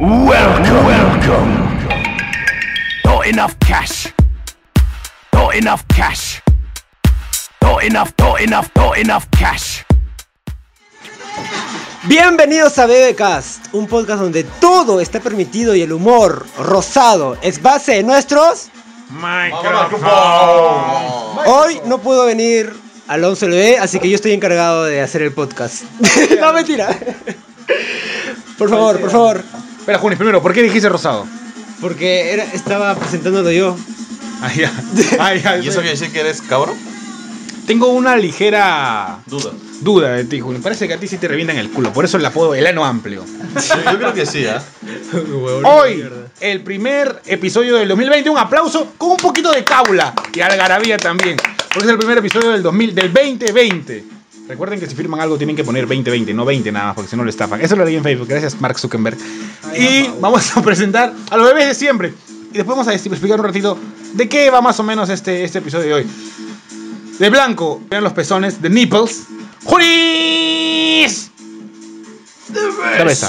Welcome, welcome. Not enough cash. Not enough cash. Not enough, not enough, not enough cash. Bienvenidos a Bebecast, un podcast donde todo está permitido y el humor rosado es base de nuestros. Hoy no pudo venir Alonso el bebé, así que yo estoy encargado de hacer el podcast. no, mentira. Pues Por favor, por favor. Espera, Junis, primero, ¿por qué dijiste rosado? Porque era- estaba presentándolo yo. Ah, ya. Ah, ya. ¿Y eso quiere decir que eres cabrón? Tengo una ligera Duda. duda de ti, Junis. Parece que a ti sí te revientan el culo, por eso el apodo el ano amplio. Yo creo que sí, ¿ah? Hoy, el primer episodio del 2020, un aplauso con un poquito de caula y algarabía también, porque es el primer episodio del, 2000, del 2020. Recuerden que si firman algo tienen que poner 2020, no 20 nada más, porque si no lo estafan. Eso lo leí en Facebook, gracias Mark Zuckerberg. Y vamos a presentar a los bebés de siempre. Y después vamos a este, explicar un ratito de qué va más o menos este, este episodio de hoy. De blanco, vean los pezones, de nipples. ¡Junis! Cabeza.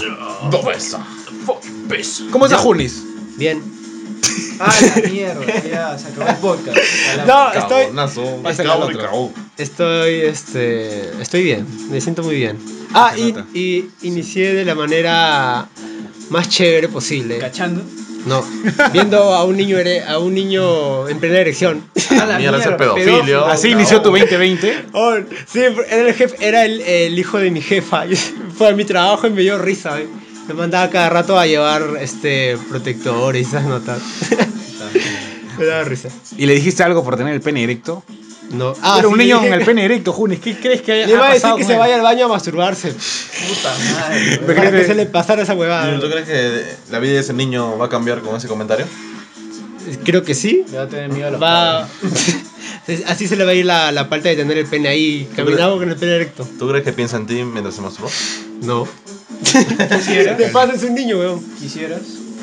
Dos veces. ¿Cómo está Junis? Bien. Ah, la mierda, ya se acabó el podcast. No, estoy. Ahí está el otro. Estoy, este. Estoy bien, me siento muy bien. Ah, Se y, nota. y inicié de la manera más chévere posible. ¿Cachando? No, viendo a un niño, ere- a un niño en plena erección. Mierda, ese pedofilio. Así inició tu 2020. Oh, sí, era el, jefe, era el, el hijo de mi jefa. Y Fue a mi trabajo y me dio risa. eh. Me mandaba cada rato a llevar este protectores y esas notas. me daba risa. Y le dijiste algo por tener el pene erecto. No. Ah, Ah, Era un sí, le niño con dije- el pene erecto, Junis. ¿Qué crees que haya Le iba a ha decir pasado que con se él? vaya al baño a masturbarse. ¿Me Para que crees? se le pasara esa huevada. ¿Tú crees que la vida de ese niño va a cambiar con ese comentario? Creo que sí. Va- Así se le va a ir la, la falta de tener el pene ahí. Caminaba con el pene recto. ¿Tú crees que piensa en ti mientras se masturbó? No. Te pasas un niño, weón.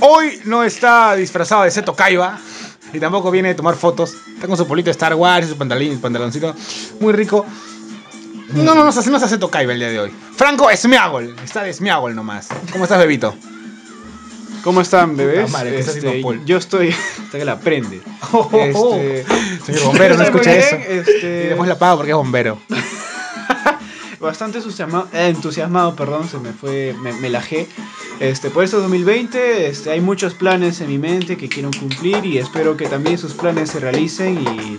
Hoy no está disfrazado de Seto Kaiba. Y tampoco viene a tomar fotos. Está con su polito de Star Wars y su pantalín, pantaloncito. Muy rico. No, no, no, se- no se hace Kaiba el día de hoy. Franco Smeagol. Está de Smeagol nomás. ¿Cómo estás, bebito? ¿Cómo están, bebés? Puta madre, ¿qué está Este, haciendo Paul? yo estoy. Hasta que la prende. Este, Señor bombero, no estoy muy escucha eso. bien, Y Este, después la pago porque es bombero. Bastante entusiasmado, entusiasmado, perdón, se me fue, me, me lajé. Este, por este 2020 este, hay muchos planes en mi mente que quiero cumplir y espero que también sus planes se realicen y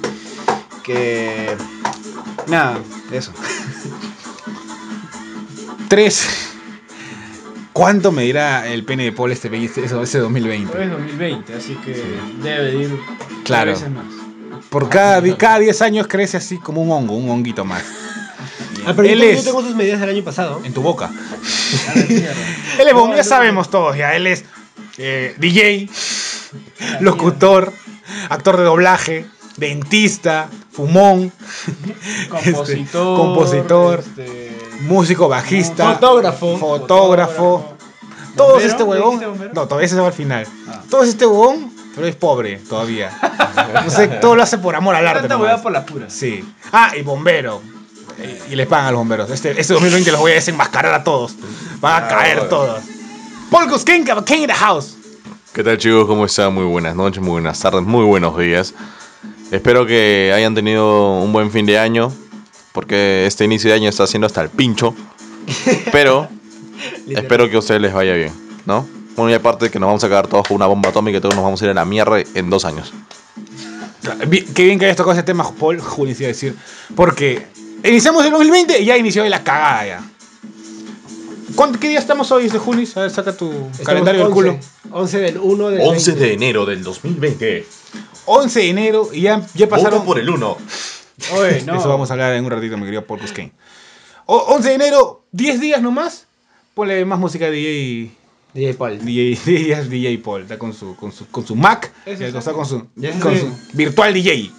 que. Nada, eso. Tres. ¿Cuánto me dirá el pene de Paul este, este- eso- ese 2020? es 2020, así que debe ir Claro. veces Por cada, di- cada 10 años crece así como un hongo, un honguito más. Ah, pero Él yo, tengo- es- yo tengo sus medidas del año pasado. En tu boca. él es bombo, ya sabemos todos, ya. Él es eh, DJ, locutor, actor de doblaje, dentista, fumón, Compositor, Este, compositor, músico, bajista, Fotógrafo. fotógrafo. Todos este huevón. No, todavía se va al final. Todos este huevón, pero es pobre todavía. no sé, todo lo hace por amor al arte. Tanta nomás. hueá por las puras. Sí. Ah, y bombero. Y- Y les pagan a los bomberos. Este, este 2020 los voy a desenmascarar a todos. Van a Ah, caer bueno. todos. Polkos King, King in the House. ¿Qué tal chicos? ¿Cómo están? Muy buenas noches, muy buenas tardes, muy buenos días. Espero que hayan tenido un buen fin de año, porque este inicio de año está siendo hasta el pincho. Pero espero que a ustedes les vaya bien, ¿no? Bueno, y aparte que nos vamos a quedar todos con una bomba atómica y todos nos vamos a ir a la mierda en dos años. Bi- Qué bien que hayas tocado ese tema, Paul, Junis, iba a decir. Porque iniciamos el 2020 y ya inició la cagada ya. ¿Cuánto- ¿Qué día estamos hoy, este Junis? A ver, saca tu calendario del culo. 11 del 1 del 11 20. de enero del 2020. 11 de enero y ya, ya pasaron... Voto por el 1. Oye, no. Eso vamos a hablar en un ratito, mi querido Paul Cusquein. O- 11 de enero, 10 días nomás. Ponle más música de DJ. DJ Paul. DJ, DJ, DJ Paul. Está con su, con su, con su Mac. Eso y el es costado con su, Ya se con sabe. su virtual DJ.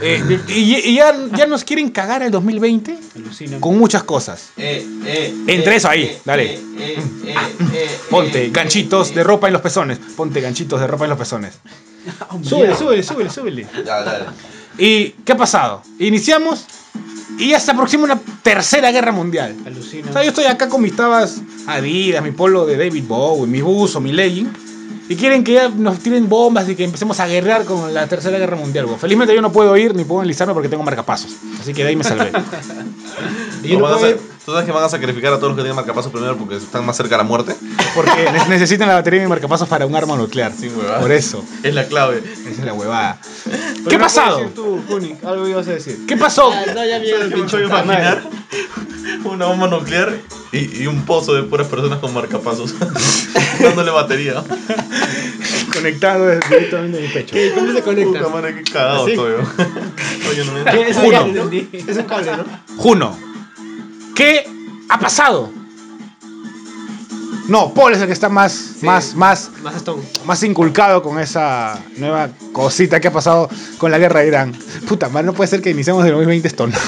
Eh, y y ya, ya nos quieren cagar el 2020 Alucina. con muchas cosas. Entre eso ahí, dale. Ah, Ponte ganchitos de ropa en los pezones. Ponte ganchitos de ropa en los pezones. Súbele, súbele, súbele, súbele. Ya, dale. ¿Y qué ha pasado? Iniciamos Y ya se aproxima una tercera guerra mundial. Alucina. O sea, yo estoy acá con mis tabas Adidas, mi polo de David Bowie, mi buzo, mi legging. Y quieren que ya nos tiren bombas y que empecemos a guerrear con la Tercera Guerra Mundial. weón. Felizmente yo no puedo ir ni puedo enlizarme porque tengo marcapasos. Así que de ahí me salvé. O van a sa- ¿Tú sabes que van a sacrificar a todos los que tienen marcapasos primero porque están más cerca de la muerte? Porque ne- necesitan la batería de mi marcapasos para un arma nuclear. Sí, huevada. Por eso. Es la clave. Esa es la huevada. Pero ¿Qué ha no puedes pasado? decir tú, Kunik, algo ibas a decir. ¿Qué pasó? Ah, ¿Sabes qué me puedo imaginar? Una bomba nuclear y, y un pozo de puras personas con marcapasos dándole batería. Conectado desde- directamente a mi pecho. ¿Cómo se Puta conecta? madre, qué cagado estoy. yo. Oye, no me Eso Uno. ya lo entendí. Es un cable, ¿no? Juno, ¿qué ha pasado? No, Paul es el que está más, más, más, Más Stone. más inculcado con esa nueva cosita que ha pasado con la guerra de Irán. Puta madre, no puede ser que iniciamos de 2020 estonos.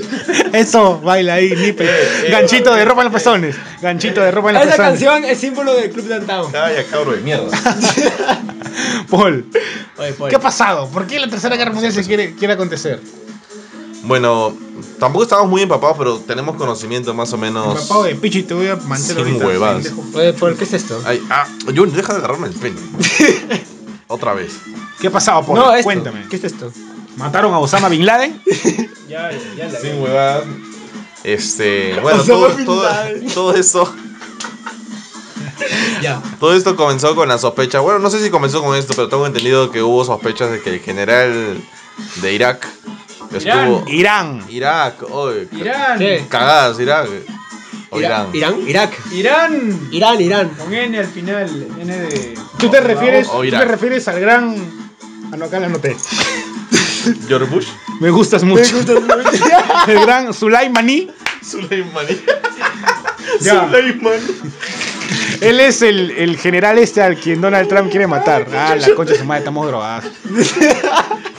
Eso, baila ahí, nipe. Eh, Ganchito de ropa en los pezones. Ganchito de ropa en los Esa pezones. canción es símbolo del Club Downtown. Calla, cabro de mierda. Paul, Oye, ¿qué ha pasado? ¿Por qué la tercera guerra mundial se quiere, quiere acontecer? Bueno, tampoco estamos muy empapados, pero tenemos conocimiento más o menos. Papá de pichi, te voy a manchar Sin ahorita. huevadas. pendejo. Oye, Paul, ¿qué es esto? Ay, ah, Jun, deja de agarrarme el pelo. Otra vez. ¿Qué ha pasado, Paul? No, esto. Cuéntame. ¿Qué es esto? ¿Mataron a Osama Bin Laden? Ya, ya, ya la Sin huevada. Este, bueno, todo, todo, todo eso. Ya. Todo esto comenzó con la sospecha. Bueno, no sé si comenzó con esto, pero tengo entendido que hubo sospechas de que el general de Irak estuvo. Irán. Irak, oye. Irán. ¿Qué? Cagadas, Irak. O Ira- Irán. Irán. Irak. Irán. Irán, Irán. Con N al final. N de. ¿Tú te refieres, o tú Irak. te refieres al gran... Ah, no, acá la anoté. George Bush. Me gustas mucho. el gran Sulaimani. Suleimani. Ya. Suleimani. Él es el, el general este al quien Donald Trump quiere matar. Ah, la concha de su madre, estamos drogados.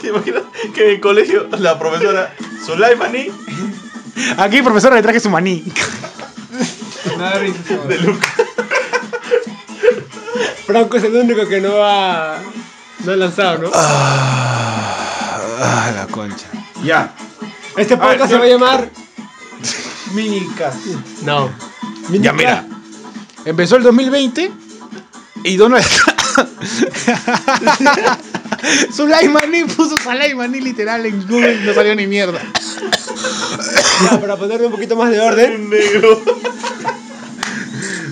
¿Te imaginas que en el colegio la profesora Sulaimani Aquí, profesor, le traje su maní. Nada de risa. de Luca? Franco es el único que no ha. No ha lanzado, ¿no? Ah, la concha. Ya. Este ver, podcast se va a llamar. Minicas. No. Ya, mira. Empezó el 2020 y Donald Sulaimani puso Sulaimani literal en Google, no salió ni mierda. Ya, para ponerle un poquito más de orden. Negro.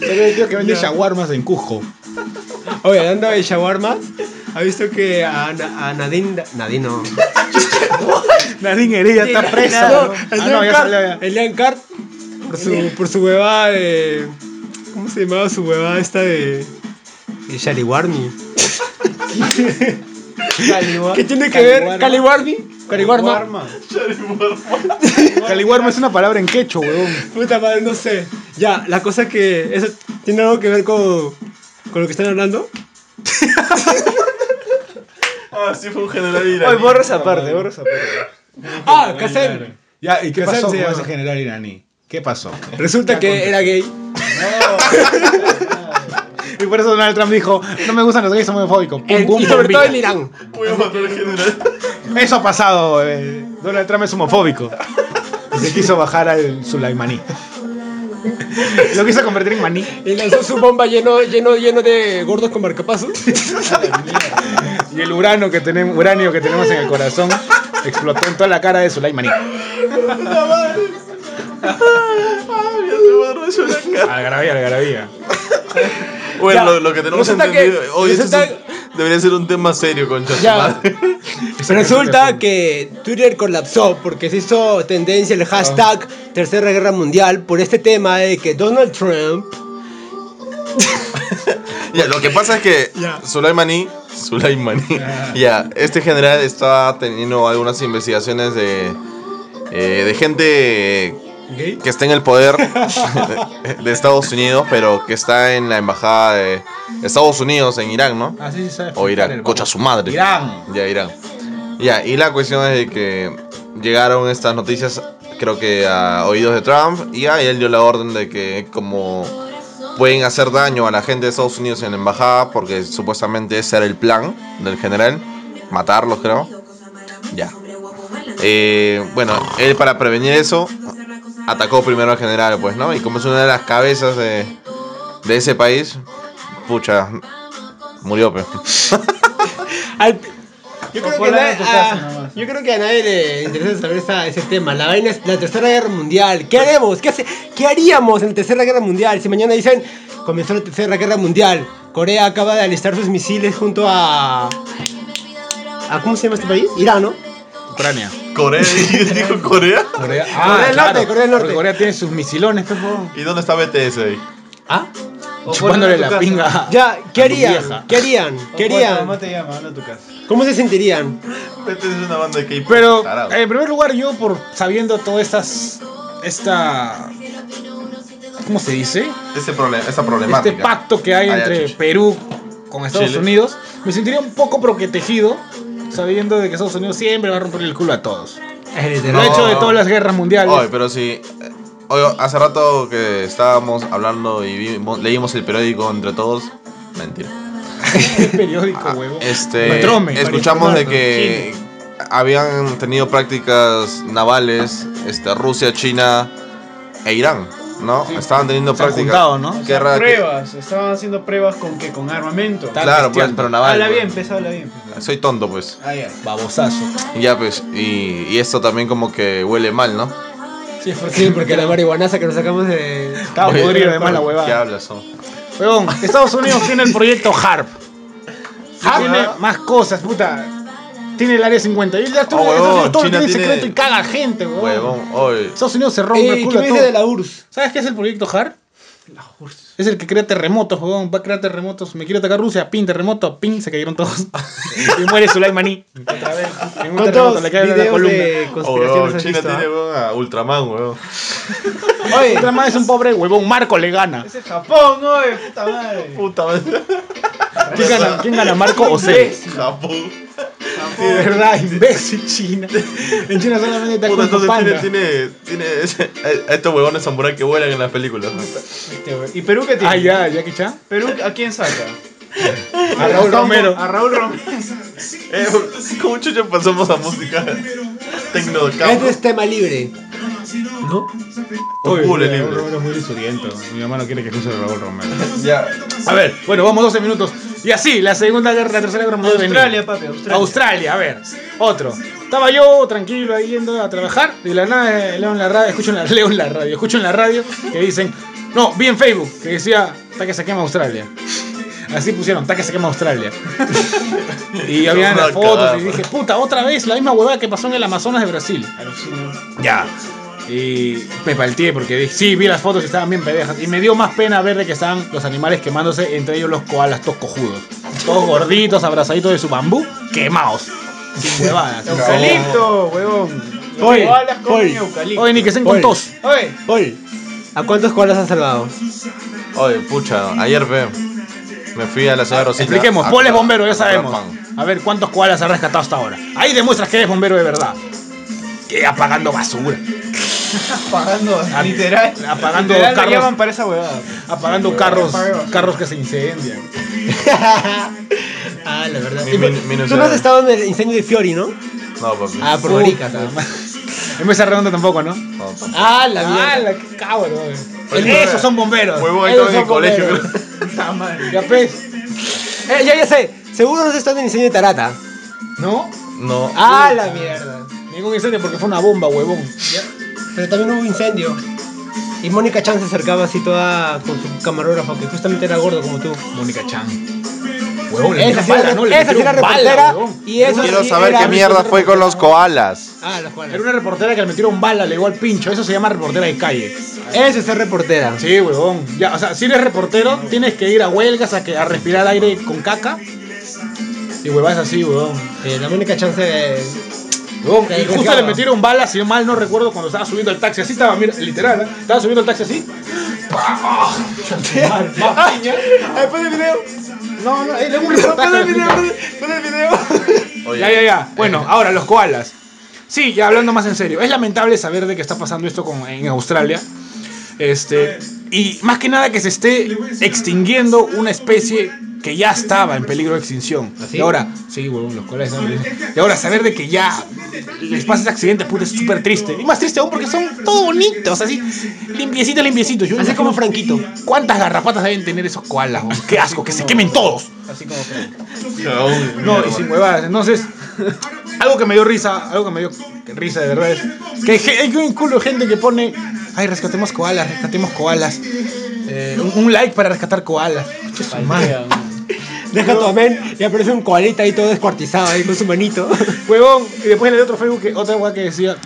Pero el tío que vende shawarmas en Cusco. Oye, hablando de shawarmas, ¿ha visto que a, Na- a Nadine. Da- Nadine no. Nadine Heredia está presa. No, ¿no? el Ah, Leon no, ya Cart- salió ya. el Leon Cart, por su, por su huevada de. ¿Cómo se llamaba su huevada esta de. de Shaliwarni? ¿Qué tiene que ver? Caliwarni. Caliwarma. Guarma. Caliwarma es una palabra en quechua, weón. Puta madre, no sé. Ya, la cosa que. ¿Eso tiene algo que ver con. con lo que están hablando? Ah, sí fue un general Oye, iraní. borra esa parte, borra esa parte. Ah, Kassem. Ya, ¿y qué Casal pasó se con llama. ese general iraní? ¿Qué pasó? Resulta que era gay. Y por eso Donald Trump dijo, no me gustan los gays, son homofóbicos. Pum, En- pum, y sobre bombilla. todo en Irán. Voy a matar al general. Eso ha pasado, eh, Donald Trump es homofóbico. Y se quiso bajar al Sulaimaní. Lo quiso convertir en maní. Y lanzó su bomba lleno, lleno, lleno de gordos con marcapasos. Y el urano que tenemos, uranio que tenemos en el corazón explotó en toda la cara de Sulaimaní. Ah, Algarabía, algarabía. Bueno, Ya. lo, lo que tenemos Resulta que- entendido. Oye, esto es un- resulta- debería ser un tema serio, concha. su Ya. madre. Resulta que Twitter colapsó porque se hizo tendencia el hashtag Tercera Guerra Mundial por este tema de que Donald Trump. Ya, lo que pasa es que Ya. Sulaimani. Sulaimani. Ya, este general está teniendo algunas investigaciones de. eh, de gente ¿Gay? que está en el poder de Estados Unidos, pero que está en la embajada de Estados Unidos en Irán, ¿no? Así se sabe. O Irán, cocha su madre. Irán. Ya, Irán. Ya, y la cuestión es de que llegaron estas noticias, creo que a oídos de Trump, y ahí él dio la orden de que como pueden hacer daño a la gente de Estados Unidos en la embajada, porque supuestamente ese era el plan del general, matarlos creo. Ya. Eh, bueno, él para prevenir eso atacó primero al general, pues, ¿no? Y como es una de las cabezas de, de ese país, pucha, murió, pues. Al- yo, creo que ponla na- en tu casa a, nomás. yo creo que a nadie le interesa saber esa- ese tema. La vaina es la tercera guerra mundial. ¿Qué haremos? ¿Qué, hace- qué haríamos en la tercera guerra mundial? Si mañana dicen comenzó la tercera guerra mundial, Corea acaba de alistar sus misiles junto a. a ¿Cómo se llama este país? Irán, ¿no? Ucrania. ¿Corea? ¿Dijo Corea? Corea, Corea del Norte, Corea del Norte. porque Corea tiene sus misilones, pues, po. ¿Y dónde está BTS ahí? ¿Ah? O ponla chupándole en tu la casa. pinga. Ya, ¿qué a tu harían? vieja. ¿Qué harían? O ¿Qué ponla, harían? ¿Cómo te llamas? Anda a tu casa. ¿Cómo se sentirían? BTS es una banda de K-pop. Pero, eh, tarado. en primer lugar, yo por sabiendo todas estas. Esta. ¿Cómo se dice? Ese problema, esa problemática. Este pacto que hay Ah, ya, entre chucha. Perú con Estados Chile. Unidos, me sentiría un poco protegido sabiendo de que Estados Unidos siempre va a romper el culo a todos. Lo ha hecho de todas las guerras mundiales. Oye, pero sí. eh, Oye, hace rato que estábamos hablando y vimos- leímos el periódico entre todos. Mentira. El periódico, Ah, huevo. Este, Matrome, escuchamos de Marisco que habían tenido prácticas navales este, Rusia, China e Irán, ¿no? Estaban teniendo Se han prácticas. juntado, ¿no? Ah, Guerra que- pruebas, estaban haciendo pruebas con que con armamento. Tal- Claro, pues, testeando. pero naval. Habla pues. bien, pesa, habla bien. pues. Soy tonto, pues. Ah, ya. Babosazo. Ya, pues. Y, y esto también como que huele mal, ¿no? pues Sí, porque, porque la marihuanaza que nos sacamos de. Estaba Oye, podrido además la ¿Qué huevada. hablas? oh? Huevón, Estados Unidos tiene el proyecto HARP. Ah. Tiene más cosas, puta. Tiene el área 51. Ya tú, Oh, Estados huevón, Unidos todo lo China tiene tiene- secreto y caga gente, huevón. Huevón, oye. Estados Unidos se rompe el Eh, ¿Qué me culo a dice todo. de la URSS? ¿Sabes qué es el proyecto HARP? Es el que crea terremotos, huevón. Va a crear terremotos. Me quiere atacar Rusia. Pin, terremoto. Pin, se cayeron todos. y muere Sulaimani. Otra vez. En un terremoto ¿Cuántos le cae la videos columna. de Oh, conspiraciones huevón, has China visto? tiene ah? huevón, a Ultraman, huevón. Oye, Otra más es un pobre huevón. Marco le gana. Ese es Japón, no, de puta madre. Puta madre. ¿Quién gana, ¿Quién gana Marco o Cele? Japón. De verdad, imbécil China. En China solamente te acuerdas Puta, entonces tiene, panda. tiene, tiene ese- a- a estos huevones samurai que vuelan en las películas. ¿no? Este, güey. ¿Y Perú qué tiene? Ah, ya, Jackie Chan. ¿Perú a quién saca? A Raúl Romero. A Raúl Romero. Eh, ¿Cómo chucha pasamos a música? Tecno de campo. este es tema libre. Uy, Raúl el libro. Romero es muy disuriento. Mi mamá no quiere que escuche a Raúl Romero. Ya. A ver, bueno, vamos 12 minutos. Y así, la segunda guerra, la tercera guerra mundial. Australia, venía. papi, Australia. Australia, a ver, otro. Estaba yo tranquilo ahí yendo a trabajar. De la nada eh, leo en la radio, escucho en la, leo en la radio, escucho en la radio que dicen, no, vi en Facebook que decía, está que se quema Australia. Así pusieron, está que se quema Australia. y habían Una las fotos y cagada. dije, puta, otra vez la misma huevada que pasó en el Amazonas de Brasil. Ya. Y me palteé porque dije, sí, vi las fotos y estaban bien pendejas. Y me dio más pena ver de que estaban los animales quemándose, entre ellos los koalas, todos cojudos. Todos gorditos, abrazaditos de su bambú, quemados. Sin huevadas. Eucalipto, huevón. Los Oye, koalas comen oye. eucalipto. Oye, ni que se Oye. tos. Oye, Paul, ¿a cuántos koalas has salvado? Oye, pucha, ayer ve. Me fui a la ciudad Rosita. Expliquemos, a- Paul es bombero, a ya comprar sabemos. pan. A ver, ¿cuántos koalas has rescatado hasta ahora? Ahí demuestras que eres bombero de verdad. Que apagando basura, apagando, Ah, literal. apagando literal, carros. Me llaman para esa huevada. apagando carros, carros que se incendian. ah, la verdad. Mi- mi- mi Tú no has novedad. estado en el incendio de Fiori, ¿no? No, papi. Ah, por maricas. ¿no? En mesa redonda tampoco, ¿no? No, papi. Ah, la mierda. ¡Hala, qué cabrón! Pues, Esos son bomberos. Ah, Huevón, ahí Esos estaba en el ah, son colegio, bomberos. Puta madre. Ya pues, Eh, ya, ya sé. Seguro no has estado en el incendio de Tarata. ¿no? No. Ah, la mierda. Ningún incendio porque fue una bomba, huevón. Pero también hubo incendio. Y Mónica Chan se acercaba así toda con su camarógrafo, que justamente era gordo como tú. Mónica Chan. Huevón, le Esa metieron sí era, bala, ¿no? Le esa sí era metieron bala, reportera. huevón. y eso Quiero sí saber era- qué mierda fue con los koalas. Ah, los koalas. Era una reportera que le metieron bala, le igual pincho. Eso se llama reportera de calle. Eso es ser reportera. Sí, huevón. Ya, o sea, si eres reportero, tienes que ir a huelgas a, que, a respirar aire con caca. Y huevas así, huevón. Eh, la Mónica Chan se, Huevón, Te y Oh, justo dejaba. le metieron balas, si mal no recuerdo, cuando estaba subiendo el taxi. Así estaba, mira, literal, ¿eh? estaba subiendo el taxi así. ¡Pah! ¡Ah! Mal, mal, piña. Después del video. No, eh, no, es un reportaje. Pon el video, mira. pon el video. Oye, Ya, ya, ya. Bueno, ahora los koalas. Sí, ya hablando más en serio. Es lamentable saber de que está pasando esto con- en Australia. Este, y más que nada que se esté extinguiendo una especie que que ya estaba en peligro de extinción. Y ahora, ¿Ah, sí, huevón, los cuales Y ahora saber de que ya les pasa ese accidente, puta, es súper triste. Y más triste aún porque son todo bonitos, así, limpiecitos, limpiecitos. Yo así como Franquito. ¿Cuántas garrapatas deben tener esos koalas? huevón? Qué asco, que se quemen todos. Así como que- No, y sin huevadas. Entonces, algo que me dio risa, algo que me dio risa de verdad es que hay, ge- hay un culo de gente que pone, ay, rescatemos koalas, rescatemos koalas. Eh, un, un like para rescatar koalas. Concha su madre. Maldita, man. Deja tu amén y aparece un koalita ahí todo descuartizado ahí con su manito. Huevón, y después en el otro Facebook, que- otra hueá que decía,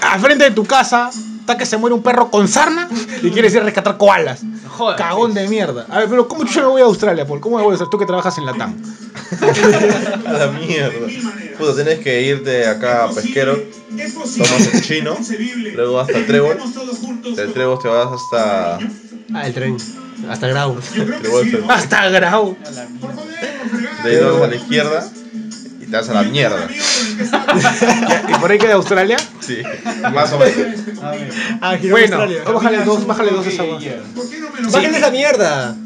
al frente de tu casa está que se muere un perro con sarna y quieres ir a rescatar koalas. Joder. Cagón de mierda. A ver, pero ¿cómo yo me voy a Australia, Paul? ¿Cómo me voy a Australia? Tú que trabajas en la TAM. A la mierda. Puta, tienes que irte acá a pesquero. Tomas el chino. Luego vas hasta Trébol. Del Trébol te vas hasta. Ah, el tren. Hasta Grau. Trébol, pero- Hasta Grau. De ahí luego a la izquierda. Y te vas a la mierda. ¿Y por ahí queda Australia? Sí, más o menos. Ah, giró Bueno, Australia. oh, bájale dos, bájale dos a esa hueá. ¡Bájale esa mierda!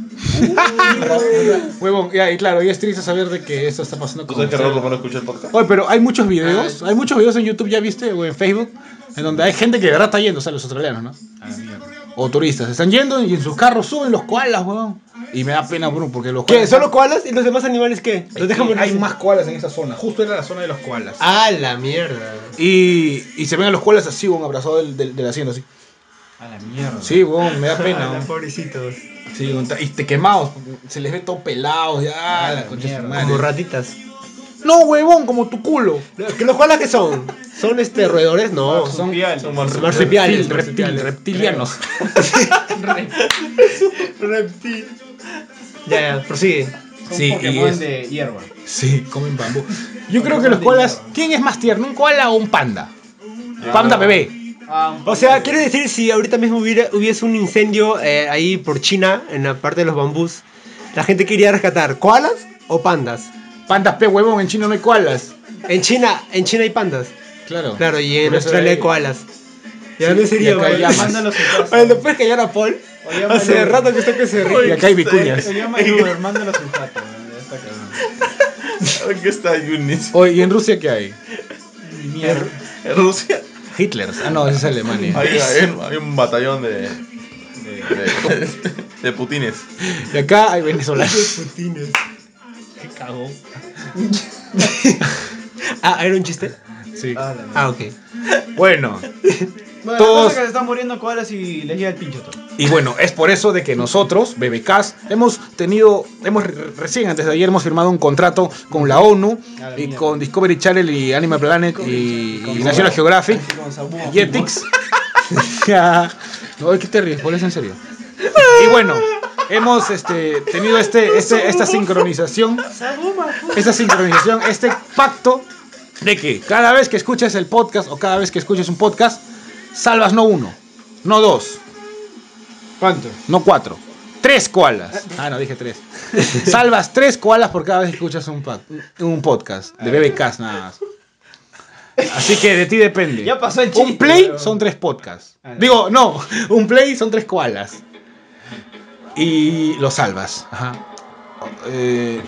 Huevón, ya, y claro, y es triste saber de que esto está pasando ¿Tú con sabes que Australia. Rolo no escucha el podcast? Oye, pero hay muchos videos, Ah. hay muchos videos en YouTube, ya viste, o en Facebook, en donde hay gente que de verdad está yendo, o sea, los australianos, ¿no? Ah, O turistas, están yendo y en sus carros suben los koalas, huevón. Y me da pena, Bruno, porque los ¿Qué? koalas- ¿Solo koalas? ¿Y los demás animales qué? Los dejan morir. Hay más koalas en esa zona, justo era la zona de los koalas. ¡Ah, la mierda! Y, y se ven a los koalas así, huevón, abrazados del, del, del asiento, así. A la mierda. Sí, huevón, me da pena, Ah, huevón. Pobrecitos. Sí, huevón, y te quemados, se les ve todo pelados, ya, la concha de su madre. Como ratitas. No, huevón, como tu culo. Ah, ¿Qué- ¿Los koalas qué son? ¿Son este roedores? No, son Son mal- marsupiales. reptil, marsupiales. reptilianos. Reptil. Ya, ya, prosigue. son Sí, y Pokémon es- de hierba. Sí, comen bambú. Yo creo Porque que son los de koalas. hierba. ¿Quién es más tierno, un koala o un panda? Panda bebé. Ah, O sea, quiere decir, si ahorita mismo hubiera, hubiese un incendio eh, ahí por China, en la parte de los bambús, la gente quería rescatar koalas o pandas. Pandas pe huevón, en chino no hay koalas. En China, en China hay pandas. Claro. Claro, y en Por eso Australia hay- hay koalas. ¿Y a dónde sería, acá hay güey? llamas. mándalos a casa. Oye, ¿le puedes callar a Paul? O llámalo- Hace rato que está que se Y ríe. acá hay vicuñas. Se llama el Uber, mándalos a casa. man, ya está cagado. Aquí está Yunis. Oye, ¿y en Rusia qué hay? Mi mierda. En Rusia Hitler. Ah, no, esa es Alemania. hay, hay un- hay un batallón de. de, de putines. Y acá hay venezolanos. Ah, ¿era un chiste? Sí. Ah, la mierda. Ah, ok. Bueno, Todos- Bueno, la cosa que se están muriendo koalas y les llega el pincho todo. y bueno, es por eso de que nosotros, BBKs, hemos tenido, hemos re- recién antes de ayer hemos firmado un contrato con la ONU A Ah, la y mierda. con Discovery Channel y Animal Planet y, Con- y National Geographic Así como Sabu. y Ethics. Ya. no, es que te ríes, Paul, es en serio. Y bueno, hemos este, tenido este, este, esta sincronización, esta sincronización, este pacto de que cada vez que escuches el podcast o cada vez que escuches un podcast, salvas no uno, no dos, ¿Cuánto? no cuatro, tres koalas. Ah, no, dije tres. Salvas tres koalas por cada vez que escuchas un, pac- un podcast de BBKs nada más. Así que de ti depende. Ya pasó el chiste. Un play pero- son tres podcasts. Ah, Digo, no, un play son tres koalas. Y lo salvas. Ajá. Eh,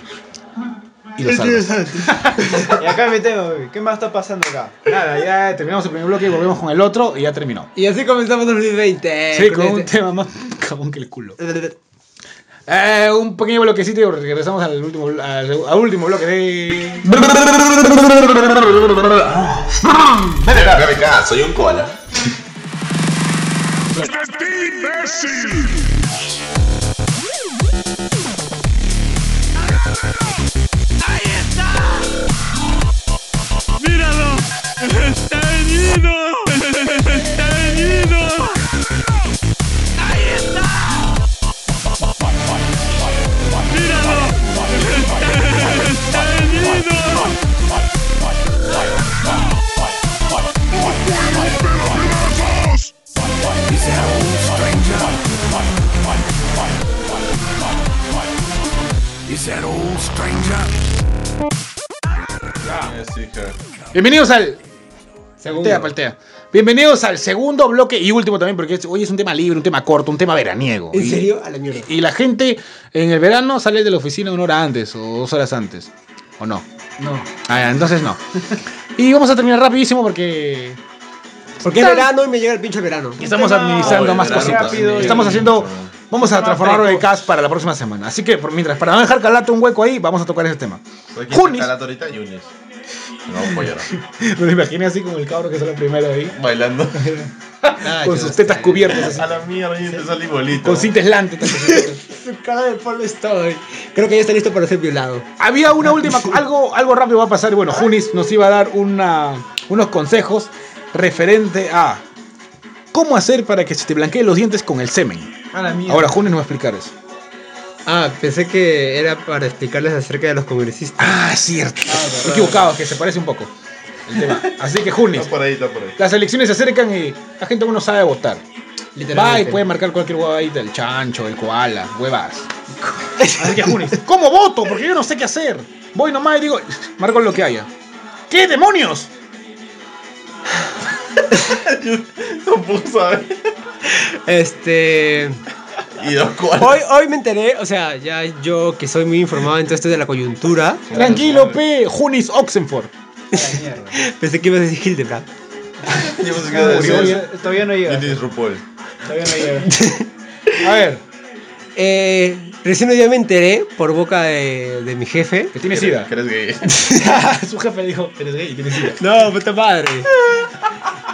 y Este lo salvas. Y acá me tengo, güey. ¿Qué más está pasando acá? Nada, ya terminamos el primer bloque y volvemos con el otro y ya terminó. Y así comenzamos 2020. Sí, con un tema más cabón que el culo. Eh, un pequeño bloquecito y regresamos al último, blo- al, al último bloque de... BBK, soy un koala. ¡Míralo! ¡Está venido! ¡Está venido! ¡Ahí está! ¡Míralo! ¡Está venido! Sí, claro. Bienvenidos al... Segundo. Paltea, paltea. Bienvenidos al segundo bloque y último también, porque es- hoy es un tema libre, un tema corto, un tema veraniego. ¿En Y- serio? A la mierda. Y la gente en el verano sale de la oficina una hora antes o dos horas antes. ¿O no? No. Ah, ya, entonces no. Y vamos a terminar rapidísimo porque Porque es verano y me llega el pinche verano. estamos tema administrando más rápido cositas. y- Estamos haciendo. Vamos a transformarlo en cast para la próxima semana. Así que, por mientras, para no dejar calarte un hueco ahí, vamos a tocar ese tema. Junis. Junis. ahorita Yunis. No, voy a Me lo imaginé así como el cabro que sale primero ahí, Bailando. Ah, con sus tetas cubiertas, A así, la mierda, Yunis, te salí bolito. con cintas lante. Su cara de Pablo estaba ahí. Creo que ya está listo para ser violado. Había una última, co- algo, algo rápido va a pasar. y Bueno, Junis nos iba a dar una, unos consejos referente a cómo hacer para que se te blanqueen los dientes con el semen. A la mierda. Ahora Junis nos va a explicar eso. Ah, pensé que era para explicarles acerca de los congresistas. Ah, cierto. Estoy equivocado, que se parece un poco el tema. Así que Junis, Está por ahí, está por ahí. las elecciones se acercan y la gente aún no sabe votar. Va y puede marcar cualquier huevadita, el chancho, el koala, huevas. Así que Junis, ¿cómo voto? Porque yo no sé qué hacer. Voy nomás y digo, marco lo que haya. ¿Qué demonios? Tampoco sabe. Este. Y dos cuadros. Hoy, hoy me enteré, o sea, ya yo que soy muy informado en todo esto de la coyuntura, Tranquilo, P. Junis Oxenford. A la mierda. pensé que ibas a decir Hildebrand. Yo pensé que iba a decir Todavía- Todavía no llega. Yunis RuPaul. Todavía no llega. A ver, Eh, recién hoy día me enteré por boca de, de mi jefe. que tiene Que eres- sida. Ah, que eres gay. Su jefe le dijo, eres gay y tienes sida. No, puta madre.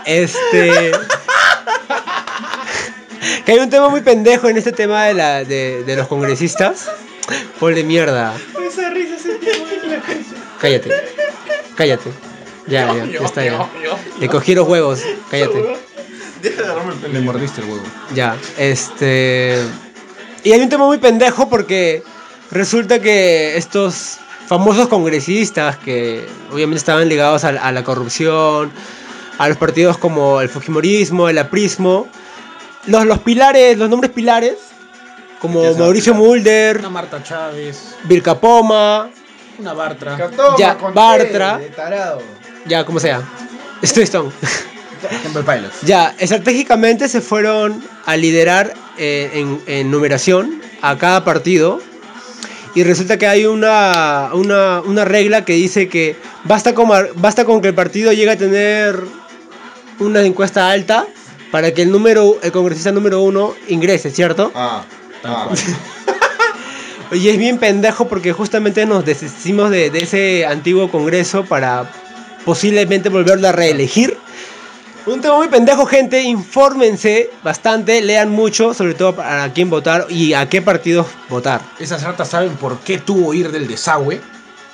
Este. Que hay un tema muy pendejo en este tema de, la, de, de los congresistas. Ponle mierda. Esa risa se Cállate. Cállate. Ya, ya, ya está ya. Le cogí los huevos. Cállate. Deja de agarrarme el Le pendejo. mordiste el huevo. Ya. Este. Y hay un tema muy pendejo porque resulta que estos famosos congresistas que obviamente estaban ligados a, la- a la corrupción, a los partidos como el Fujimorismo, el Aprismo, los, los pilares, los nombres pilares, Ya como se va a Mauricio pilar. Mulder, Una Marta Chávez, Vilcapoma, una Bartra. Catoma Ya, con Bartra. té de Tarado. ya como sea, Estoy Stone. Temple Pilots. Ya, estratégicamente se fueron a liderar eh, en, en numeración a cada partido. Y resulta que hay una, una, una regla que dice que basta con, mar- basta con que el partido llegue a tener una encuesta alta para que el, número, el congresista número uno ingrese, ¿cierto? Ah, ah. Y es bien pendejo porque justamente nos deshicimos de, de ese antiguo congreso para posiblemente volverlo a reelegir. Un tema muy pendejo, gente. Infórmense bastante, lean mucho, sobre todo para quién votar y a qué partidos votar. Esas ratas saben por qué tuvo ir del desagüe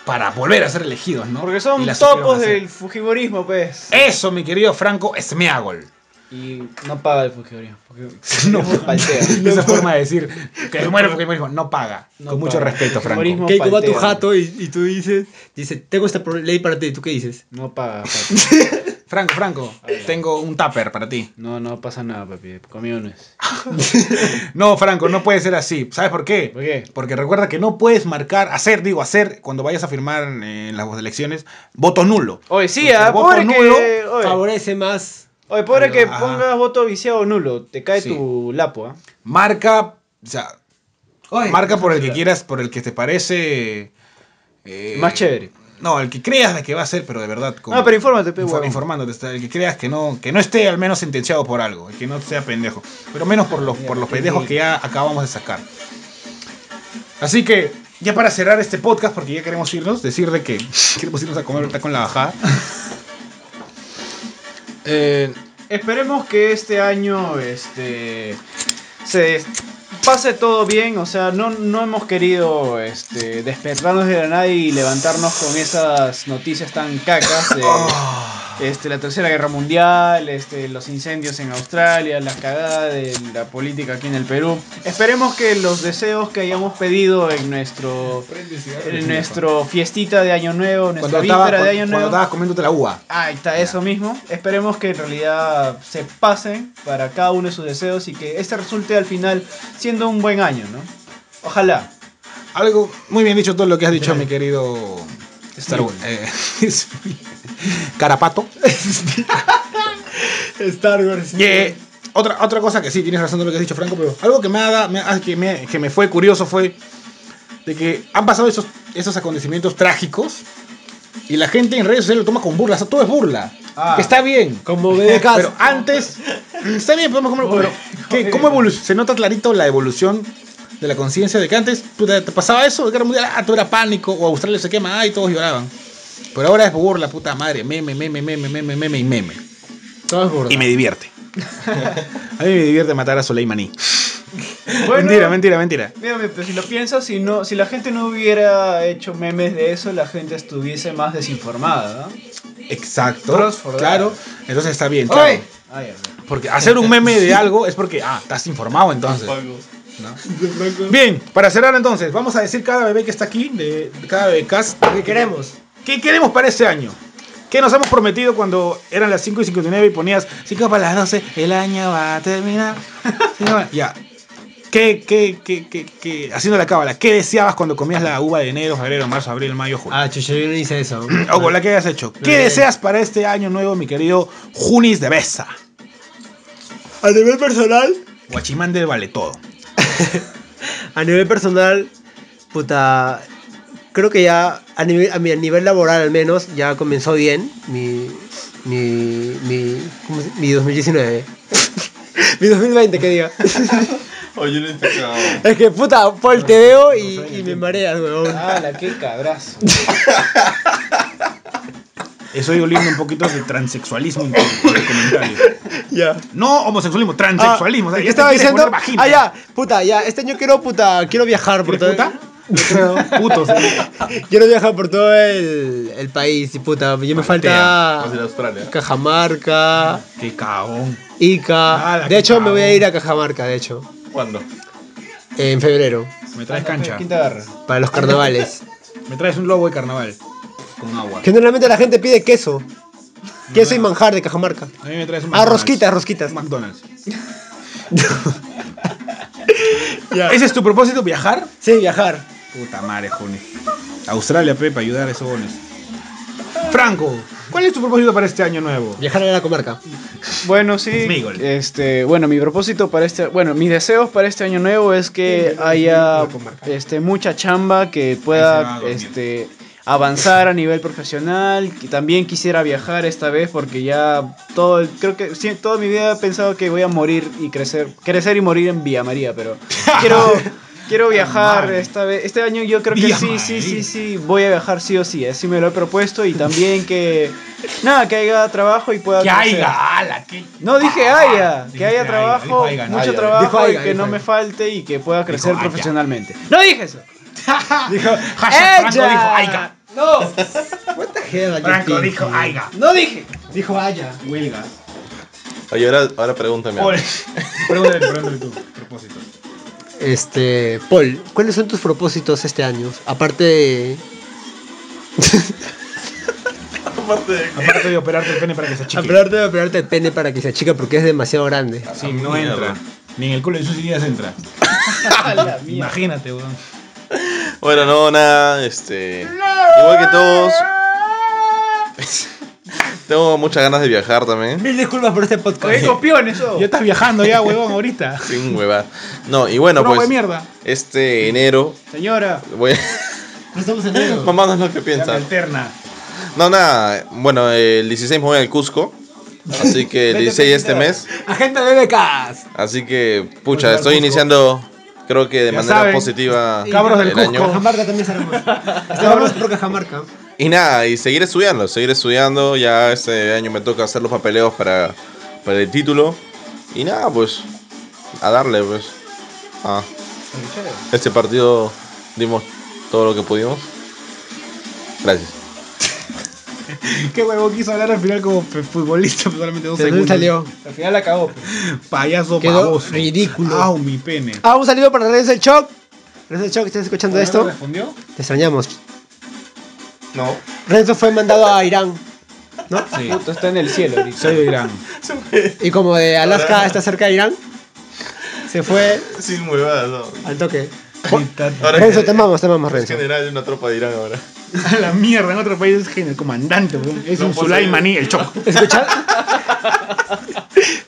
para volver a ser elegidos, ¿no? Porque Y son la supieron topos hacer. del fujimorismo, pues. Eso, mi querido Franco Esmeagol. Y no paga el fujimorismo. Porque No. paltea. Esa forma de decir que muere porque me dijo, no paga. No Con paga. mucho respeto, Franco. Humorismo. Keiko va a tu paltean. jato y, y tú dices, dice, tengo esta pro- ley para ti, ¿tú qué dices? No paga, papi. Franco, Franco, tengo un tupper para ti. No, no pasa nada, papi. Comiones. No, Franco, no puede ser así. ¿Sabes por qué? ¿Por qué? Porque recuerda que no puedes marcar, hacer, digo, hacer, cuando vayas a firmar en las elecciones, voto nulo. Oye, sí, Porque ah, el voto pobre nulo que. Oye, Favorece más. oye, pobre que Ajá. pongas voto viciado o nulo. Te cae Sí. tu lapo, ¿ah? Marca, o sea, marca por el que quieras, por el que te parece... eh, Más chévere. No, el que creas de que va a ser, pero de verdad. con- No, pero infórmate, pe, Infor- huevón. informándote, está- el que creas que no, que no esté al menos sentenciado por algo, el que no sea pendejo. Pero menos por los, por los pendejos que ya acabamos de sacar. Así que, ya para cerrar este podcast, porque ya queremos irnos, decir de que queremos irnos a comer ahorita con la bajada. Eh, Esperemos que este año este se pase todo bien, o sea, no, no hemos querido este, despertarnos de la nada y levantarnos con esas noticias tan cacas de este, la Tercera Guerra Mundial, este, los incendios en Australia, la cagada de la política aquí en el Perú. Esperemos que los deseos que hayamos pedido en nuestro en nuestro fiestita de Año Nuevo, cuando nuestra estaba- víspera de Año cuando- cuando Nuevo. estabas comiéndote la uva. Ahí está, eso mismo. Esperemos que en realidad se pasen para cada uno de sus deseos y que este resulte al final siendo un buen año, ¿no? Ojalá. Algo muy bien dicho todo lo que has dicho, mi querido Star Wars. Eh, Carapato. Star Wars. Yeah. Eh, Otra, otra cosa que sí, tienes razón de lo que has dicho, Franco, pero algo que me haga, me- ah, que, me, que me fue curioso fue de que han pasado esos, esos acontecimientos trágicos y la gente en redes sociales lo toma con burla, o sea, todo es burla. Ah. Que está bien. Como BDK. Pero antes, está bien, podemos comer, pero ¿qué, ¿cómo evolu- Se nota clarito la evolución de la conciencia de que antes puta, te pasaba eso, de guerra mundial, ah, todo era pánico, o Australia se quema, ah, y todos lloraban. Pero ahora es burla, puta madre, meme, meme, meme, meme, meme y meme. Todo es burda. Y me divierte. A mí me divierte matar a Soleimani. Bueno. Mentira, mentira, mentira. Mírame, pero si lo piensas, si, no, si la gente no hubiera hecho memes de eso, la gente estuviese más desinformada, ¿no? Exacto. Bros for Claro. Entonces está bien, claro. Ah, ya, ya. Porque hacer un meme de algo es porque, ah, estás informado entonces. ¿no? Bien, para cerrar entonces, vamos a decir cada bebé que está aquí, de, de cada becas, ¿Qué queremos? ¿qué queremos para este año? ¿Qué nos hemos prometido cuando eran las 5 y 59 y ponías 5 para las 12, el año va a terminar? Cinco para- ya. ¿Qué, qué, qué, qué, qué, haciendo la cábala, ¿qué deseabas cuando comías la uva de enero, febrero, marzo, abril, mayo, junio? Ah, chucha, yo no hice eso. o con la que hayas hecho. ¿Qué Bien. deseas para este año nuevo, mi querido Junis de Besa? A nivel personal. Guachimán del Vale Todo. A nivel personal, puta. Creo que ya, a, nivel, a, mi, a nivel laboral al menos, ya comenzó bien mi. Mi. Mi. ¿cómo se- mi 2019. mi 2020, que diga. Oye, lo he intentado. Es que, puta, Paul, te veo y, y me mareas, weón. Ah, la qué cabrazo. Estoy oliendo un poquito de transexualismo en tu en tu comentario. Ya. No homosexualismo, transexualismo. o sea, Ah, ya ¿Qué te estaba quieres diciendo? poner vagina. Ah, ya, puta, ya. Este año quiero, puta, quiero viajar por todo. ¿Eres puta? Yo creo, putos. Quiero viajar por todo el, el país y puta, yo me falta Vas a ir a Australia. Cajamarca, Qué cagón. Ica. Ah, la de hecho, me Cajamarca. voy a ir a Cajamarca, de hecho, ¿Cuándo? en febrero, Me traes cancha. Quinta barra. para los carnavales. Me traes un lobo de carnaval. Con agua. Generalmente la gente pide queso. Queso y manjar de Cajamarca. A mí me traes un Ah, rosquitas, rosquitas. McDonald's. Ya. ¿Ese es tu propósito, viajar? Sí, viajar. Puta madre, Juni. Australia, Pepa, ayudar a esos goles. Franco, ¿cuál es tu propósito para este año nuevo? Viajar a la comarca. Bueno, sí. Smigol. Este, bueno, mi propósito para este, bueno, mis deseos para este año nuevo es que haya este mucha chamba que Ahí se va a pueda dormir. este avanzar a nivel profesional, que también quisiera viajar esta vez porque ya todo el- creo que sí, toda mi vida he pensado que voy a morir y crecer, crecer y morir en Villa María, pero quiero Quiero viajar María. esta vez, este año yo creo que Ah, Villa sí, sí, María. sí, sí, voy a viajar sí o sí, así me lo he propuesto y también que, nada, que haya trabajo y pueda Que crecer. haya, ala, que. Ah, No dije haya, que Dijiste haya haya, trabajo, dijo haya, no mucho haya. trabajo Dijo haya, y que dijo no haya. me falte y que pueda crecer haya. profesionalmente. No dije eso. Dijo, hashtag Franco ¡Ella! dijo Aiga. No, Franco dijo Aiga. no dije. Dijo Aya. Huelga. Oye, ahora, ahora pregúntame. algo. Pregúntale, pregúntale tu propósito. Este, Paul, ¿cuáles son tus propósitos este año? Aparte de... Aparte de Aparte de operarte el pene para que se achique. Aparte de operarte el pene para que se achica porque es demasiado grande. Sí, no entra. Ni en el culo de sus ideas entra. Imagínate, weón. Bueno, no, nada, este. Igual que todos. Tengo muchas ganas de viajar también. Mil disculpas por este podcast. Oye, copión eso. Ya estás viajando ya, weón, ahorita. Sin hueva. No, y bueno, No, pues. pues, mierda. Este enero. Señora, Voy... estamos en enero. Mamá no es lo que Ya me piensa. alterna. No, nada. Bueno, el 16 me voy al Cusco. Así que el 16 este mes. Agente de becas. Así que, pucha, estoy iniciando. Creo que de Ya manera saben, positiva cabros del el Cusco. año. Cajamarca también Este, seremos. Estábamos por Cajamarca. Y nada, y seguir estudiando, seguir estudiando. Ya este año me toca hacer los papeleos para, para el título. Y nada, pues, a darle, pues. Ah. Este partido dimos todo lo que pudimos. Gracias. Qué huevón quiso hablar al final como fe- futbolista, pero solamente dos ¿De dónde salió? segundos. al final la cagó. pues. Payaso Quedó baboso. ridículo. Au, mi pene. Ah, un saludo para Redes del Shock. Redes del Shock, ¿estás escuchando ¿No esto? respondió? Te extrañamos. No. Renzo fue mandado a Irán. ¿No? Sí. Puta, está en el cielo ahorita. Soy de Irán. Y como de Alaska está cerca de Irán, se fue Sin huevadas, no. al toque. Ahora Renzo, es- te amamos, te amamos, es Renzo. general de una tropa de Irán ahora. A la mierda, en otro país es gen- el comandante, weón. Es No un puedo Sulaimani, el choco. Escucha-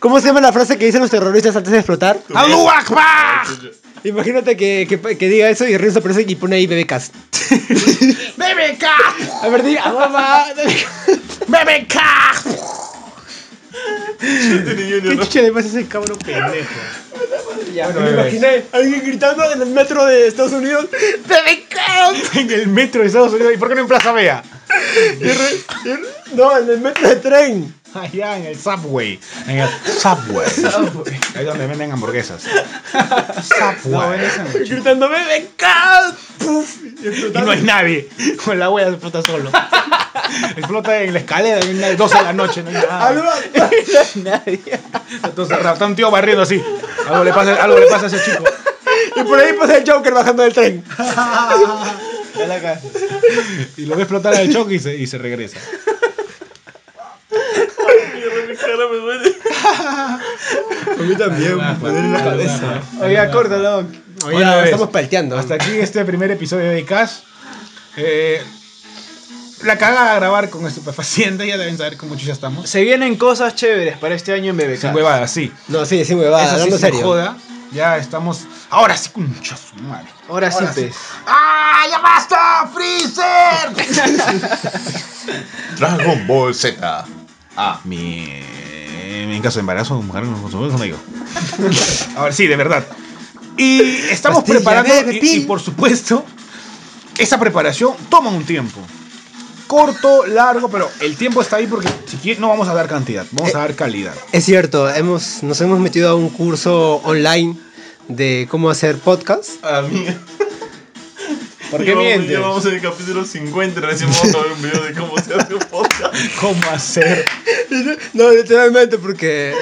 ¿Cómo se llama la frase que dicen los terroristas antes de explotar? ¡Alú Akbar! Imagínate que, que- que diga eso y Renzo aparece y pone ahí bebecas. ¡BBK! A ver, diga, ah, mamá. ¡BBK! ¿Qué chucha de más ese cabrón pendejo? Bueno, me imaginé alguien gritando en el metro de Estados Unidos. ¡Bebecas! En el metro de Estados Unidos. ¿Y por qué no en Plaza Vea? No, en el metro de tren. Allá en el Subway. En el Subway. Ahí donde venden hamburguesas. Subway. Gritando bebecas. Puf. Y y no explotando. hay nadie. Con la wea explota solo. explota en la escalera. En las 12 de la noche. No hay Aló. nada. Entonces, está un tío barriendo así. Algo le pasa, algo le pasa a ese chico. Y por ahí pasa el Joker bajando del tren. Y lo ve explotar al choque y se, y se regresa. A mí también, me duele la cabeza. Oiga, córtalo. Oye, Bueno, ves. estamos palteando. Hasta aquí este primer episodio de Cash. Eh, la cagada a grabar con estupefaciente, ya deben saber cómo ya estamos. Se vienen cosas chéveres para este año en Sin BBK. huevada, sí. No, sí, sí, huevada, Eso sí hablando sin serio. joda. Ya estamos. Ahora sí, concha su madre. Ahora sí, Ahora sí. pues. pez. ¡Ah! ¡Ya basta! ¡Freezer! Dragon Ball Z. Ah. Mi. En caso de embarazo, mujer no consume conmigo. Ahora sí, de verdad. Y estamos Pastilla preparando, verde, y, pil. y por supuesto, esa preparación toma un tiempo. Corto, largo, pero el tiempo está ahí porque si quie- no vamos a dar cantidad, vamos a dar calidad. Es cierto, hemos, nos hemos metido a un curso online de cómo hacer podcast. Amiga. ¿Por qué Ya vamos- ya mientes? vamos en el capítulo 50 y recién vamos a ver un video de cómo se hace un podcast. ¿Cómo hacer? No, literalmente, porque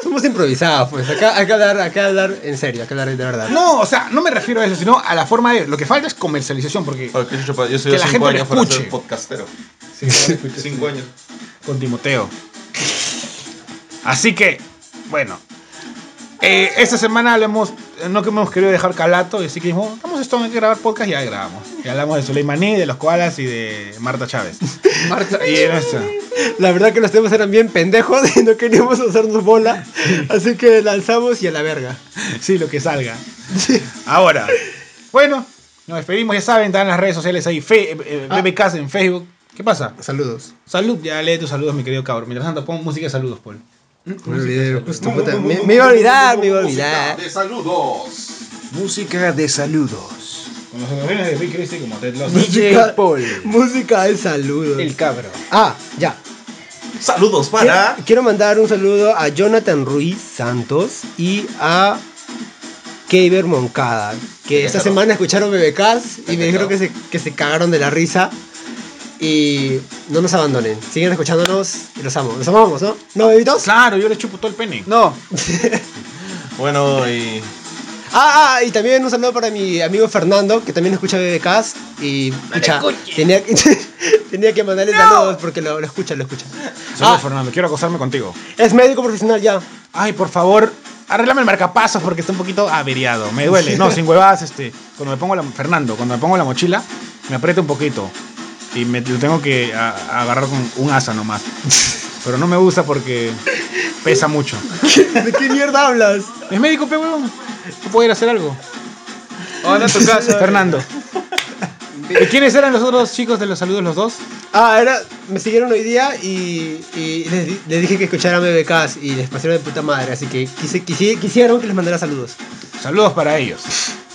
somos improvisados, pues. Acá hay que hablar, acá hablar en serio, acá hablar de verdad. No, o sea, no me refiero a eso, sino a la forma de. Lo que falta es comercialización, porque Ah, qué chucha, pa- Yo soy Que de la 5 gente años para escuche. ser podcastero. 5 años. con Timoteo. Así que, bueno. eh, esta semana lo hemos, eh, no que hemos querido dejar calato, así que dijimos, vamos esto, hay que grabar podcast y ya grabamos. Y hablamos de Soleimaní, de los koalas y de Marta Chávez. Marta. Y era eso. La verdad que los temas eran bien pendejos y no queríamos hacernos bola. Así que lanzamos y a la verga. Sí, lo que salga. Ahora, bueno, nos despedimos, ya saben, están las redes sociales ahí, fe, eh, eh, BBKs en Facebook. ¿Qué pasa? Saludos. Salud, ya lee tus saludos, mi querido cabrón. Mientras tanto, pon música de saludos, Paul. Me olvidé, pues, tu puta- me- me iba a olvidar, me iba a olvidar. Ah, De saludos. Música de saludos. Con los fenómenos de Rick Christie como Ted Lasso. Música, Paul. música de saludos. El cabro. Ah, ya. Saludos Quiero, para. quiero mandar un saludo a Jonathan Ruiz Santos y a Keiber Moncada, que esta semana escucharon BBKs y me dijeron que se, que se cagaron de la risa. Y no nos abandonen, sigan escuchándonos y los amo. Los amamos, ¿no? ¿No, bebitos? Claro, yo le chupo todo el pene. No, Bueno, y. Ah, ah, y también un saludo para mi amigo Fernando, que también escucha BBKs. Y escucha, tenía, que- tenía que mandarle saludos porque lo, lo escucha, lo escucha. Saludos, Ah. Fernando, quiero acostarme contigo. Es médico profesional ya. Ay, por favor, arreglame el marcapasos porque está un poquito averiado. Me duele. No, sin huevadas, este. Cuando me pongo la. Fernando, cuando me pongo la mochila, me aprieta un poquito. Y me lo tengo que a- a agarrar con un asa nomás. Pero no me gusta porque pesa mucho. ¿De qué mierda hablas? Es médico, pe huevón. Yo puedo ir a hacer algo. ahora tu casa. Fernando. ¿Y quiénes eran los otros chicos de los saludos los dos? Ah, era, me siguieron hoy día y, y les, di- les dije que escucharan BBKs y les pasaron de puta madre, así que quise, quisi- quisieron que les mandara saludos. Saludos para ellos.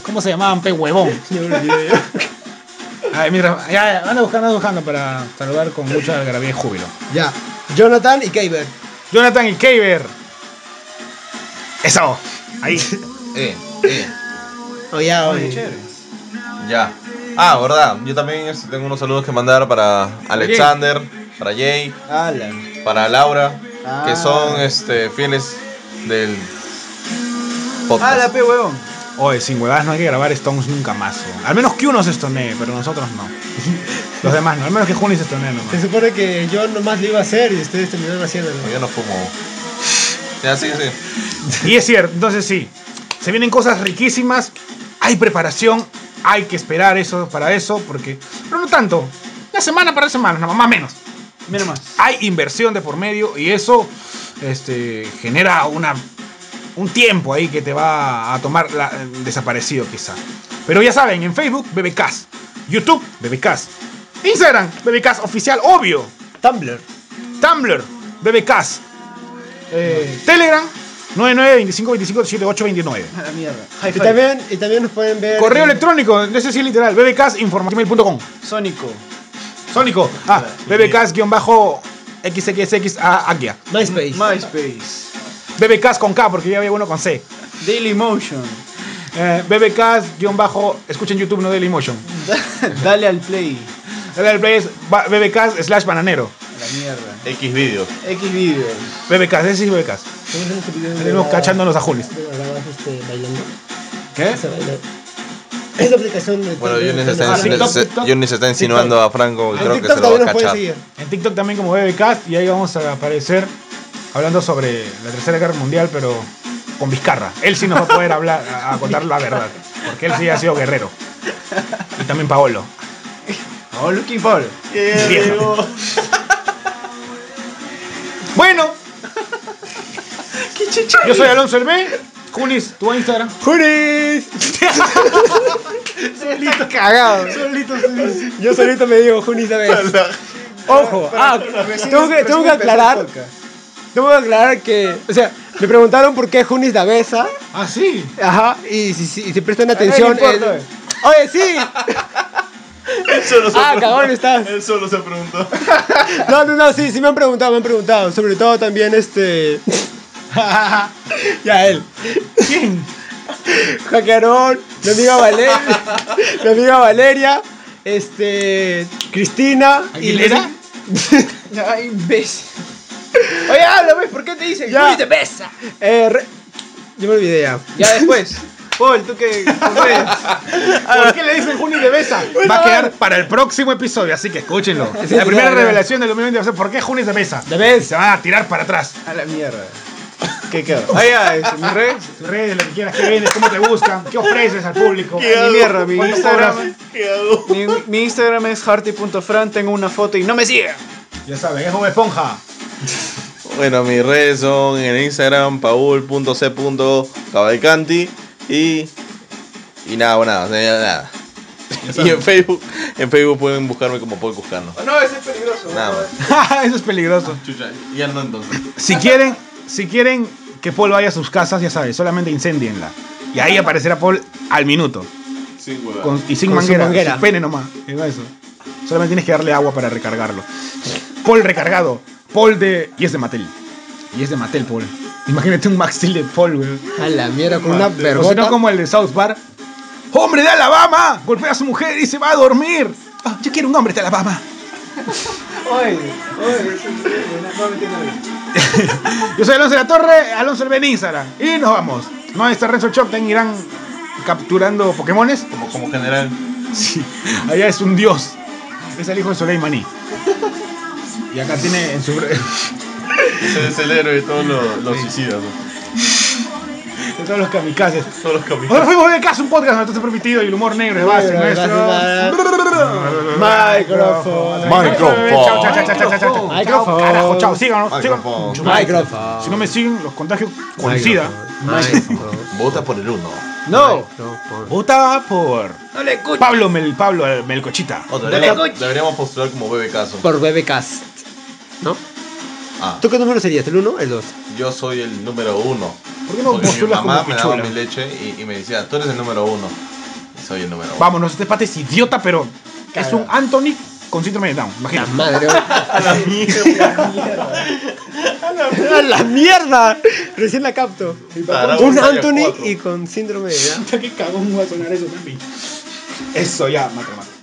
¿Cómo se llamaban, pe huevón? Ya me olvidé. Ay, mira, ya, ya, anda buscando, anda buscando para saludar con mucha algarabía y júbilo. ya, Jonathan y Keiber. Jonathan y Kaver. Eso. Ahí. Eh, eh. Oh, ya, oye. Ya. Ah, verdad. Yo también este, tengo unos saludos que mandar para Alexander, para Jay, Alan. para Laura, Ah. que son este, fieles del Ah, la podcast. pe huevón. Oye, sin huevadas no hay que grabar Stones nunca más. ¿no? Al menos que uno se estonee, pero nosotros no. Los demás no. Al menos que Juni se estonee nomás. Se supone que yo nomás lo iba a hacer y ustedes terminaron haciéndolo. Yo no fumo. Ya, sí, sí. Y es cierto, entonces sí. Se vienen cosas riquísimas. Hay preparación. Hay que esperar eso para eso. Porque. Pero no tanto. Una semana para semana, nada más menos. Mira más. Hay inversión de por medio y eso este, genera una, un tiempo ahí que te va a tomar la- desaparecido quizá. Pero ya saben, en Facebook, BBKs. YouTube, BBKs. Instagram, BBKs oficial, obvio. Tumblr. Tumblr, BBKs. Eh, Telegram, 9925257829. A la mierda. Y también, y también nos pueden ver. Correo electrónico, no sé si es literal, bbks.com. Sónico. Sónico, ah, bbks-xxx a Agia. MySpace. MySpace. BBKs con K, porque ya había uno con C. Dailymotion. Eh, BBKs- escuchen YouTube, no Dailymotion. Dale al play. El airplay es ba- BBKs slash bananero. A la mierda. X videos. X videos. BBKs, ese sí es BBKs. Salimos cachando los ajules. De verdad, vas, este, bailando. ¿Qué? Se baila. Es la aplicación de. Bueno, de- Johnny se de- está, de- TikTok, se- TikTok. Johnny se está insinuando a Franco. En Creo que Ah, TikTok se lo va también a nos pueden cachar. seguir. En TikTok también como BBKs y ahí vamos a aparecer hablando sobre la Tercera Guerra Mundial, pero con Vizcarra. Él sí nos va a poder hablar, a a contar la verdad, porque él sí ha sido guerrero. Y también Paolo. Oh, looking for. Viejo. Bueno, ¡Qué chicha! yo soy Alonso El B. Junis, tu Instagram. solito cagado. Solito, solito. Yo solito me digo Juni esta vez. Ojo, ah, tengo que, tengo que aclarar, tengo que aclarar que, o sea, me preguntaron por qué Junis da besa, Ah, sí. ajá, y si, si, y si prestan atención, no Eh, importa, el- oye, sí, ah, cagón estás, Él solo se preguntó. no, no, no, sí, sí me han preguntado, me han preguntado, sobre todo también este, ya él, ¿Quién? Jaquerón, mi amiga Valeria, mi amiga Valeria, este, Cristina, y- ¿Aguilera? Ay, imbécil. Oye, habla, ¿ves? ¿Por qué te dicen? Ya. "Uy, te besa! eh, re- yo me olvidé ya, Ya después. Paul, tú que. ¿Por qué le dicen Juni de Besa? Ah. Va a quedar para el próximo episodio, así que escúchenlo. La primera revelación del 2020 va a ser ¿Por qué Juni de Besa? De Besa. Se van a tirar para atrás. A la mierda. ¿Qué quedó? Ahí ya, es mi red. Tus redes, lo que quieras, qué vendes, cómo te buscan, qué ofreces al público. Mi mierda, mi ¿Cuánto Instagram. ¿Qué hago? Mi, mi Instagram es hearty.fran. Tengo una foto y no me sigan. cobras? Ya saben, es como esponja. Bueno, mis redes son en Instagram, paul.c.cavalcanti y. Y nada, bueno, nada, nada. Y en Facebook, en Facebook pueden buscarme como pueden buscarnos. No, ese es peligroso. Nada más. Eso es peligroso. Chucha, ya no entonces. Si quieren, si quieren que Paul vaya a sus casas, ya saben, solamente incendienla. Y ahí aparecerá Paul al minuto. Sin huevada. Con- y sin Con su manguera, manguera. sin pene nomás. es Eso. Solamente tienes que darle agua para recargarlo. Paul recargado. Paul de. Y es de Mattel. Y es de Mattel, Paul. Imagínate un Max Steel de Paul, güey. a la mierda, con una O si no, vergota, como el de South Park. ¡Hombre de Alabama! Golpea a su mujer y se va a dormir. Ah, yo quiero un hombre de Alabama. Oye, oye, ese es bueno, no, mentira, no. Yo soy Alonso de la Torre, Alonso el Ben Instagram. Y nos vamos. No está Renzo Chocten, irán capturando Pokémones. Como, como general. Sí, allá es un dios. Es el hijo de Soleimani. Y acá tiene en su. de Ese es el héroe de todos los, los suicidas, ¿no? todos los kamikazes. Todos los caminos. Nosotros fuimos de casa, un podcast no está permitido y el humor negro de base. Micrófono. Micrófono. Chao, chao, chao, chao, chao, chao. Micrófono. Carajo, chao, ah, síganos. Micrófono. síganos. Micrófono. Si no me siguen, los contagios con SIDA. Vota por el uno. No, Vota por no le escucho. Pablo Mel, Pablo eh, Melcochita. O deberíamos, deberíamos postular como bebé caso. Por BBKs. ¿No? Ah, ¿Tú qué número serías? ¿El 1 el 2? yo soy el número uno. ¿Por qué no Porque mi postulas mamá como me daba pichula? mi leche y, y me decía, tú eres el número uno. Y soy el número uno. Vámonos, este pate es idiota, pero es un Anthony con síndrome de Down. La Imagínate. madre. a la mierda. a la mierda. Recién la capto. Tarado, Un sale Anthony cuatro. y con síndrome de Down. Qué cagón va a sonar eso, papi. Eso ya, mata, mata.